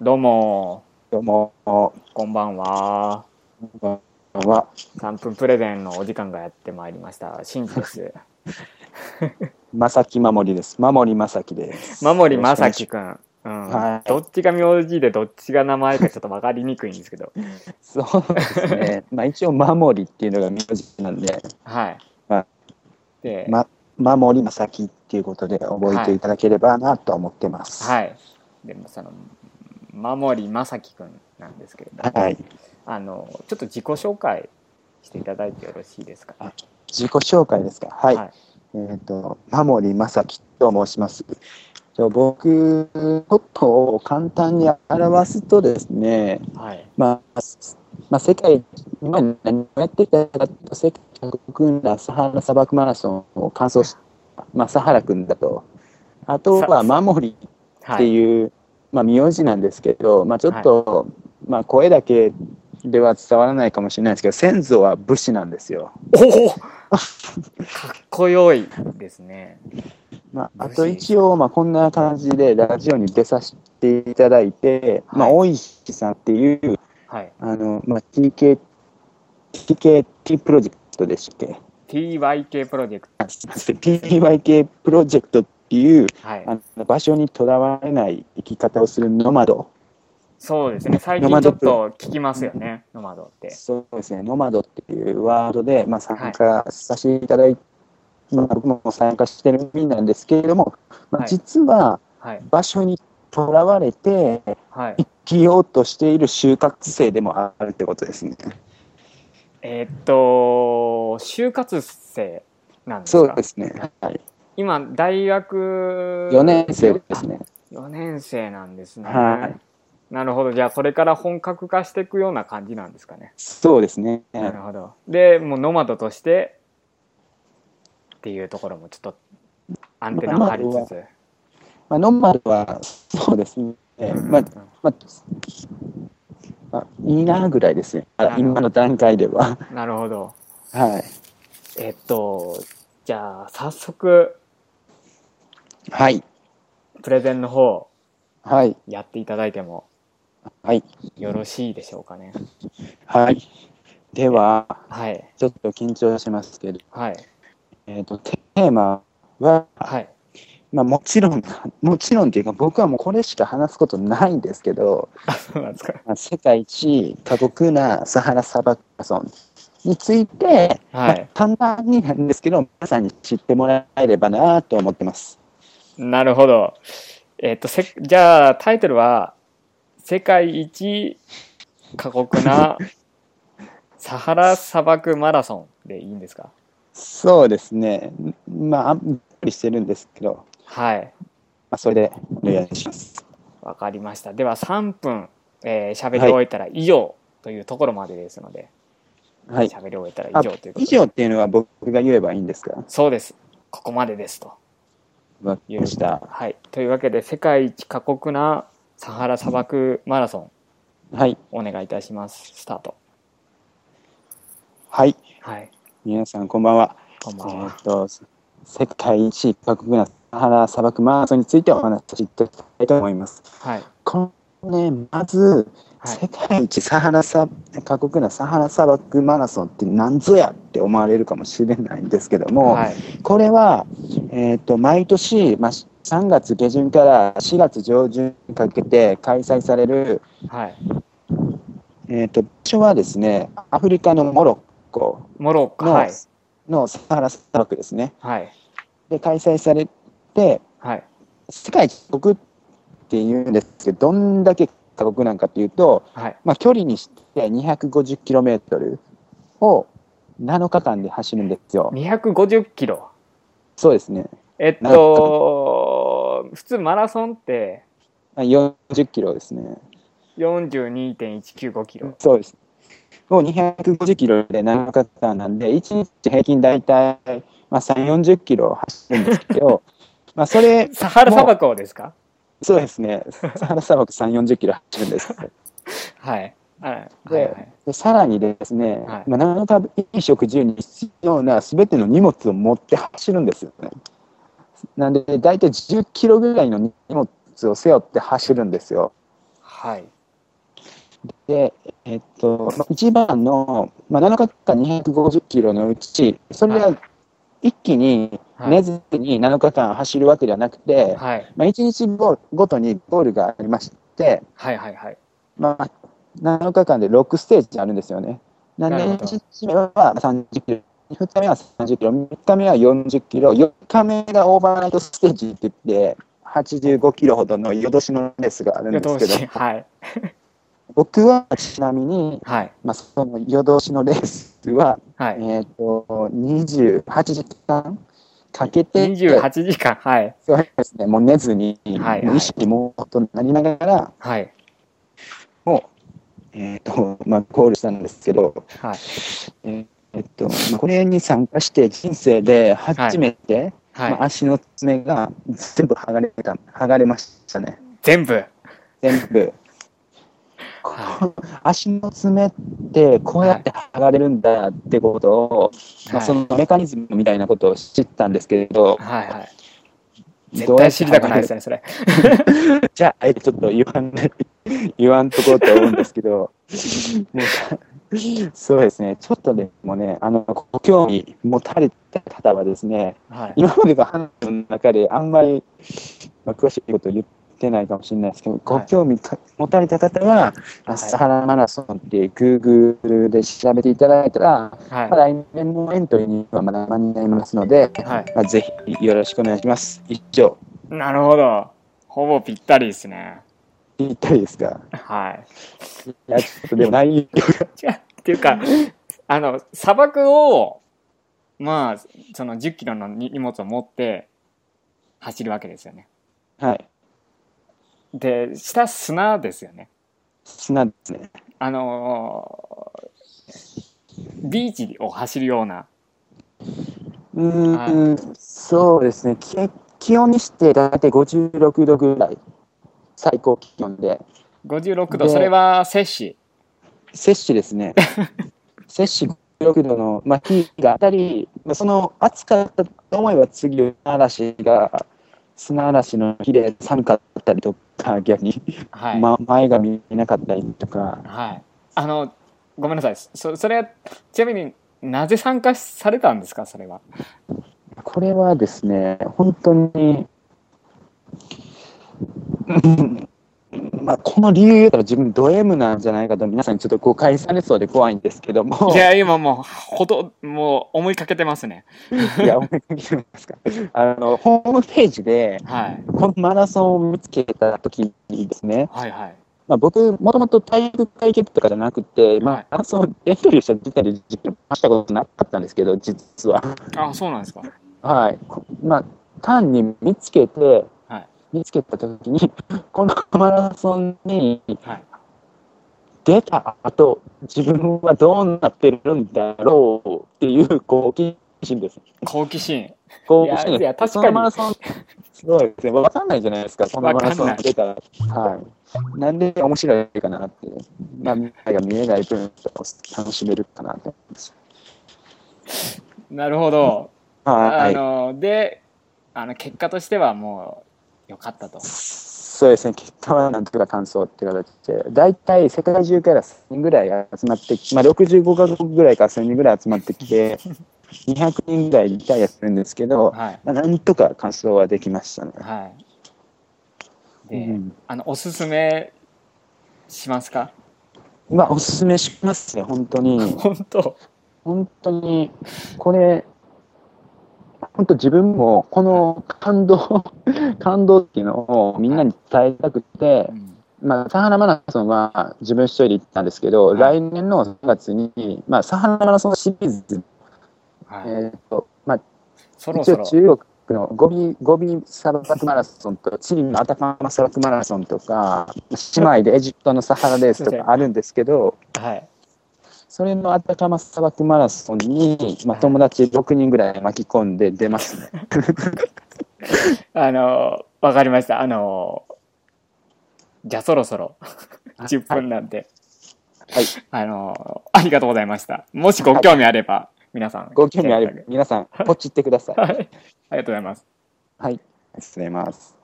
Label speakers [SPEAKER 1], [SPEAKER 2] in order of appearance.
[SPEAKER 1] どうも、
[SPEAKER 2] どうも、こ
[SPEAKER 1] こんばんは。
[SPEAKER 2] んばんは。
[SPEAKER 1] 3分プレゼンのお時間がやってまいりました。シンジ です。
[SPEAKER 2] まさきまもりです。まもりまさきです。
[SPEAKER 1] 守りまさきくん。うん
[SPEAKER 2] はい
[SPEAKER 1] どっちが名字でどっちが名前かちょっと分かりにくいんですけど。
[SPEAKER 2] そうですね。まあ一応、まもりっていうのが名字なんで、
[SPEAKER 1] はい。
[SPEAKER 2] はい
[SPEAKER 1] で、
[SPEAKER 2] ま、まもりまさきっていうことで覚えていただければなと思ってます。い。
[SPEAKER 1] はい。でもその、守りまさきくんなんですけれども、
[SPEAKER 2] はい。
[SPEAKER 1] あの、ちょっと自己紹介していただいてよろしいですか。
[SPEAKER 2] あ自己紹介ですか。はい。
[SPEAKER 1] はい
[SPEAKER 2] えっ、と、まもりまさきと申します。じゃあ僕、ことを簡単に表すとですね、
[SPEAKER 1] はい。
[SPEAKER 2] まあ、すまあ、世界、今何をやってきたかというと、世界各国がサハラ砂漠マラソンを完走し、まあ、サハラ君だと。あとは、
[SPEAKER 1] さ
[SPEAKER 2] マモリっ
[SPEAKER 1] は
[SPEAKER 2] て
[SPEAKER 1] い。
[SPEAKER 2] いう、まあ、名字なんですけど、まあ、ちょっと、まあ、声だけでは伝わらないかもしれないですけど、先祖は武士なんですよ。
[SPEAKER 1] おおかっこよいですね。
[SPEAKER 2] まあ、あ
[SPEAKER 1] 武士
[SPEAKER 2] と一応、まあ、こんな感じで、ラジオに出させていただいて、まあ、
[SPEAKER 1] は
[SPEAKER 2] 大石さんっていう、
[SPEAKER 1] はい。
[SPEAKER 2] あの、まあ、TK、TKT プロジェクトでしたっけ
[SPEAKER 1] TYK プロジェク
[SPEAKER 2] あすいません PYK プロジェクトっていう
[SPEAKER 1] ト。はい。
[SPEAKER 2] あの場所にとらわれない生き方をするノマド
[SPEAKER 1] そうですね。最
[SPEAKER 2] ノマ
[SPEAKER 1] 近ち
[SPEAKER 2] ド
[SPEAKER 1] ょっと聞きますよね、ノマドって。
[SPEAKER 2] そうですねノマドっていうワードで、まあ、参加させていただいて、まあ、僕も参加してる身なんですけれども、ま
[SPEAKER 1] は
[SPEAKER 2] あ、
[SPEAKER 1] い
[SPEAKER 2] 実は
[SPEAKER 1] はい。
[SPEAKER 2] 場所にとらわれて
[SPEAKER 1] はい
[SPEAKER 2] 生。きようとしている就活生でもあるってことですね。
[SPEAKER 1] えーっと、就活生なんですか
[SPEAKER 2] そうですね、はい、
[SPEAKER 1] 今、大学
[SPEAKER 2] 4年生ですね。
[SPEAKER 1] 4年生なんですね。
[SPEAKER 2] は
[SPEAKER 1] なるほど。じゃあ、これから本格化していくような感じなんですかね。
[SPEAKER 2] そうですね、
[SPEAKER 1] なるほど。で、もうノマドとしてっていうところもちょっとアンテナを張りつつ。
[SPEAKER 2] まあ、ノマドはそうですね、まあ、まあ、まあ、いいなぐらいですね。あ
[SPEAKER 1] なるほど
[SPEAKER 2] 今の段階では。
[SPEAKER 1] うんなるほど。
[SPEAKER 2] はい。
[SPEAKER 1] えーっと、じゃあ、早速、
[SPEAKER 2] はい。
[SPEAKER 1] プレゼンの方、
[SPEAKER 2] はい。
[SPEAKER 1] やっていただいても
[SPEAKER 2] はい。
[SPEAKER 1] よろしいでしょうかね。
[SPEAKER 2] はい。では、
[SPEAKER 1] はい。
[SPEAKER 2] ちょっと緊張しますけど、
[SPEAKER 1] はい。
[SPEAKER 2] えっ、と、テーマは、
[SPEAKER 1] はい。
[SPEAKER 2] まあ、もちろん、 もちろんっていうか、僕はもうこれしか話すことないんですけど、
[SPEAKER 1] あ、そうなんですか。
[SPEAKER 2] まあ世界一過酷なサハラ砂漠マラソンについて、
[SPEAKER 1] は
[SPEAKER 2] まあ
[SPEAKER 1] い。
[SPEAKER 2] 簡単になんですけど、皆さんに知ってもらえればなと思ってます。
[SPEAKER 1] なるほど。えっ、と、せ、じゃあ、タイトルは、世界一過酷なサハラ砂漠マラソンでいいんですか
[SPEAKER 2] そうですね。まあ、びっくりしてるんですけど、
[SPEAKER 1] はい。
[SPEAKER 2] まあ、それでお願いします。
[SPEAKER 1] わかりました。では、3分、えー、喋り終えたら以上というところまでですので、
[SPEAKER 2] はい。
[SPEAKER 1] 喋り終えたら
[SPEAKER 2] あ
[SPEAKER 1] 以上ということで。
[SPEAKER 2] 以上っていうのは僕が言えばいいんですか
[SPEAKER 1] そうです。ここまでですと。
[SPEAKER 2] わかりました。
[SPEAKER 1] はい、というわけで世界一過酷なサハラ砂漠マラソン
[SPEAKER 2] はい。
[SPEAKER 1] お願いいたしますスタート
[SPEAKER 2] はい。
[SPEAKER 1] はい
[SPEAKER 2] 皆さん、こんばんは。
[SPEAKER 1] こん
[SPEAKER 2] え
[SPEAKER 1] ばんは
[SPEAKER 2] ーっと、世界一過酷なサハラ砂漠マラソンについてお話ししていきたいと思います。
[SPEAKER 1] はい
[SPEAKER 2] このね、まず、
[SPEAKER 1] はい
[SPEAKER 2] 世界一サハラサ過酷なサハラ砂漠マラソンって何ぞやって思われるかもしれないんですけども、
[SPEAKER 1] はい
[SPEAKER 2] これは、えー、と毎年、まあ、3月下旬から4月上旬にかけて開催される、
[SPEAKER 1] はい
[SPEAKER 2] えー、と場所はですねアフリカのモロッコ
[SPEAKER 1] モロッコ
[SPEAKER 2] の,、
[SPEAKER 1] はい
[SPEAKER 2] のサハラ砂漠ですね
[SPEAKER 1] はい
[SPEAKER 2] で開催されて
[SPEAKER 1] はい
[SPEAKER 2] 世界一過酷っていうんですけどどんだけ過酷なんかっていうと、
[SPEAKER 1] はい
[SPEAKER 2] まあ、距離にして 250km を7日間で走るんですよ。
[SPEAKER 1] 250キロ
[SPEAKER 2] そうですね
[SPEAKER 1] えっと普通マラソンって
[SPEAKER 2] まあ40キロですね。
[SPEAKER 1] 42.195キロ
[SPEAKER 2] そうです。もう250キロで7日間なんで、1日平均大体、まあ、3、40キロ走るんですけど、 まあそれ、
[SPEAKER 1] サハラ砂漠をですか
[SPEAKER 2] そうですね、サハラ砂漠3、40キロ走るんです。
[SPEAKER 1] はいはい
[SPEAKER 2] で
[SPEAKER 1] はいはい
[SPEAKER 2] でさらにですね、
[SPEAKER 1] はい
[SPEAKER 2] まあ、7日分衣食住に必要なすべての荷物を持って走るんですよね。なんで、大体10キロぐらいの荷物を背負って走るんですよ。
[SPEAKER 1] はい。
[SPEAKER 2] で、えっと、まあ一番の、まあ、7日間250キロのうち、それ
[SPEAKER 1] は
[SPEAKER 2] は一気に
[SPEAKER 1] はい
[SPEAKER 2] 寝ずに7日間走るわけではなくて、
[SPEAKER 1] はい。
[SPEAKER 2] まあ、1日ごごとにゴールがありまして、
[SPEAKER 1] はいはいはい。
[SPEAKER 2] まあ、7日間で6ステージあるんですよね。な
[SPEAKER 1] なるほ
[SPEAKER 2] の
[SPEAKER 1] ど
[SPEAKER 2] で、1日目は30キロ、2日目は30キロ、3日目は40キロ、4日目がオーバーナイトステージって言って、85キロほどの夜通しのレースがあるんで
[SPEAKER 1] 夜
[SPEAKER 2] す
[SPEAKER 1] 通
[SPEAKER 2] けど、
[SPEAKER 1] し。はい。
[SPEAKER 2] 僕はちなみに、
[SPEAKER 1] はい。
[SPEAKER 2] まあ、その夜通しのレースは、
[SPEAKER 1] は
[SPEAKER 2] え
[SPEAKER 1] い。
[SPEAKER 2] っ、と、28時間かけて、
[SPEAKER 1] 28時間。はい。
[SPEAKER 2] そうですね、もう寝ずに、
[SPEAKER 1] はい
[SPEAKER 2] もう意識もうとなりながら、
[SPEAKER 1] はい。
[SPEAKER 2] もう、えっ、と、まあ、ゴールしたんですけど、
[SPEAKER 1] はい。
[SPEAKER 2] えっと、まあこれに参加して人生で初めて、
[SPEAKER 1] はい。
[SPEAKER 2] まあ、足の爪が全部剥がれた、剥がれましたね。
[SPEAKER 1] 全部。
[SPEAKER 2] 全部。こ
[SPEAKER 1] は
[SPEAKER 2] 足の爪ってこうやって剥がれるんだってことを、まあ、そのメカニズムみたいなことを知ったんですけれど、
[SPEAKER 1] はいはい。
[SPEAKER 2] ど
[SPEAKER 1] 絶
[SPEAKER 2] うや
[SPEAKER 1] 対
[SPEAKER 2] って
[SPEAKER 1] 知りたくないです
[SPEAKER 2] 剥がれる
[SPEAKER 1] ね、それ。
[SPEAKER 2] じゃあ、あえてちょっと言わない、言わんとこうと思うんで すけど、もうそうですね、ちょっとでもね、あの、ご興味持たれた方はですね、
[SPEAKER 1] はい。
[SPEAKER 2] 今までの話の中であんまり、まあ、詳しいこと言ってないかもしれないですけど、ご興味か持たれた方は、あサハラマラソンって Google で調べていただいたら、まあ
[SPEAKER 1] は
[SPEAKER 2] 来年のエントリーにはまだ間に合いますので、
[SPEAKER 1] い。はい。
[SPEAKER 2] まあ、ぜひよろしくお願いします。以上、
[SPEAKER 1] なるほど。ほぼぴったりですね。
[SPEAKER 2] 言いたいですか
[SPEAKER 1] はい。
[SPEAKER 2] いや、ちょっとでも内容が、
[SPEAKER 1] 違うっていう かあの砂漠をまあその1 0キロの荷荷物を持って走るわけですよね
[SPEAKER 2] はい、
[SPEAKER 1] で下砂ですよね
[SPEAKER 2] 砂ですね。
[SPEAKER 1] あのービーチを走るような
[SPEAKER 2] うーん、そうですね、気気温にして大体56度ぐらい、最高気温で。
[SPEAKER 1] 56度
[SPEAKER 2] で
[SPEAKER 1] それは摂氏
[SPEAKER 2] 摂氏で すね。摂氏56度の、まあ、日が当たり、まあ、その暑かったと思えば次、砂嵐が、砂嵐の日で寒かったりとか、逆に、
[SPEAKER 1] はい、
[SPEAKER 2] ま、前が見えなかったりとか、
[SPEAKER 1] はいあのごめんなさいそそれはちなみになぜ参加されたんですかそれは
[SPEAKER 2] これはですね、本当に、うんまあ、この理由言うたら自分ド M なんじゃないかと皆さんにちょっと誤解されそうで怖いんですけども
[SPEAKER 1] いや今もうほともう思いかけてますね
[SPEAKER 2] いや思いかけてますかあのホームページで
[SPEAKER 1] はい
[SPEAKER 2] このマラソンを見つけた時にですね、
[SPEAKER 1] はいはい
[SPEAKER 2] まあ、僕もともと体育会系とかじゃなくて、ま
[SPEAKER 1] はい
[SPEAKER 2] あ、マラソンエントリーした時点で実験したことなかったんですけど実は
[SPEAKER 1] あそうなんですか
[SPEAKER 2] はい。こまあ、単に見つけて、
[SPEAKER 1] はい
[SPEAKER 2] 見つけたときに、このマラソンに
[SPEAKER 1] はい
[SPEAKER 2] 出た後、自分はどうなってるんだろうっていう好奇心です。
[SPEAKER 1] 好奇心
[SPEAKER 2] 好奇心です
[SPEAKER 1] いや確かに
[SPEAKER 2] そのマラソン、すごいですね。わかんないじゃないですか、そのマラソ
[SPEAKER 1] わかん
[SPEAKER 2] ン
[SPEAKER 1] ない
[SPEAKER 2] 出たら。はい。なんで面白いかなって、まあ、未来が見えない分、楽しめるかなと。
[SPEAKER 1] なるほど、
[SPEAKER 2] は
[SPEAKER 1] あ
[SPEAKER 2] い。
[SPEAKER 1] のであの結果としてはもう良かったと
[SPEAKER 2] そうですね、結果はなんとか完走って形で、大体世界中から1000人ぐらい集まって、まあ、65か国ぐらいから1000人ぐらい集まってきて、200人ぐらいリタイアするんですけど、
[SPEAKER 1] はい
[SPEAKER 2] まあなんとか完走はできましたね。
[SPEAKER 1] はいで、
[SPEAKER 2] うん
[SPEAKER 1] あのおすすめしますか
[SPEAKER 2] まあ、おすすめしますね、本当に。
[SPEAKER 1] 本当
[SPEAKER 2] 本当に、これ、本当自分もこの感動、 感動っていうのをみんなに伝えたくて、
[SPEAKER 1] うん
[SPEAKER 2] まあ、サハラマラソンは自分一人で行ったんですけど、来年の3月に、まあ、サハラマラソンシリーズ、え
[SPEAKER 1] はい、
[SPEAKER 2] ーとまあ、
[SPEAKER 1] そろ
[SPEAKER 2] 一
[SPEAKER 1] そ
[SPEAKER 2] 応
[SPEAKER 1] ろ
[SPEAKER 2] 中国のゴビゴビ砂漠マラソンとチリのアタカマ砂漠マラソンとか姉妹でエジプトのサハラレースとかあるんですけど
[SPEAKER 1] はい
[SPEAKER 2] それのアタカマ砂漠マラソンに、まあ、友達6人ぐらい巻き込んで出ますね。
[SPEAKER 1] あのわかりましたあのじゃあそろそろ10分 なんで、
[SPEAKER 2] はい、
[SPEAKER 1] あのありがとうございましたもしご興味あれば、皆さん
[SPEAKER 2] ご興味ある皆さんポチってください。
[SPEAKER 1] はいありがとうございます
[SPEAKER 2] はい、失礼します。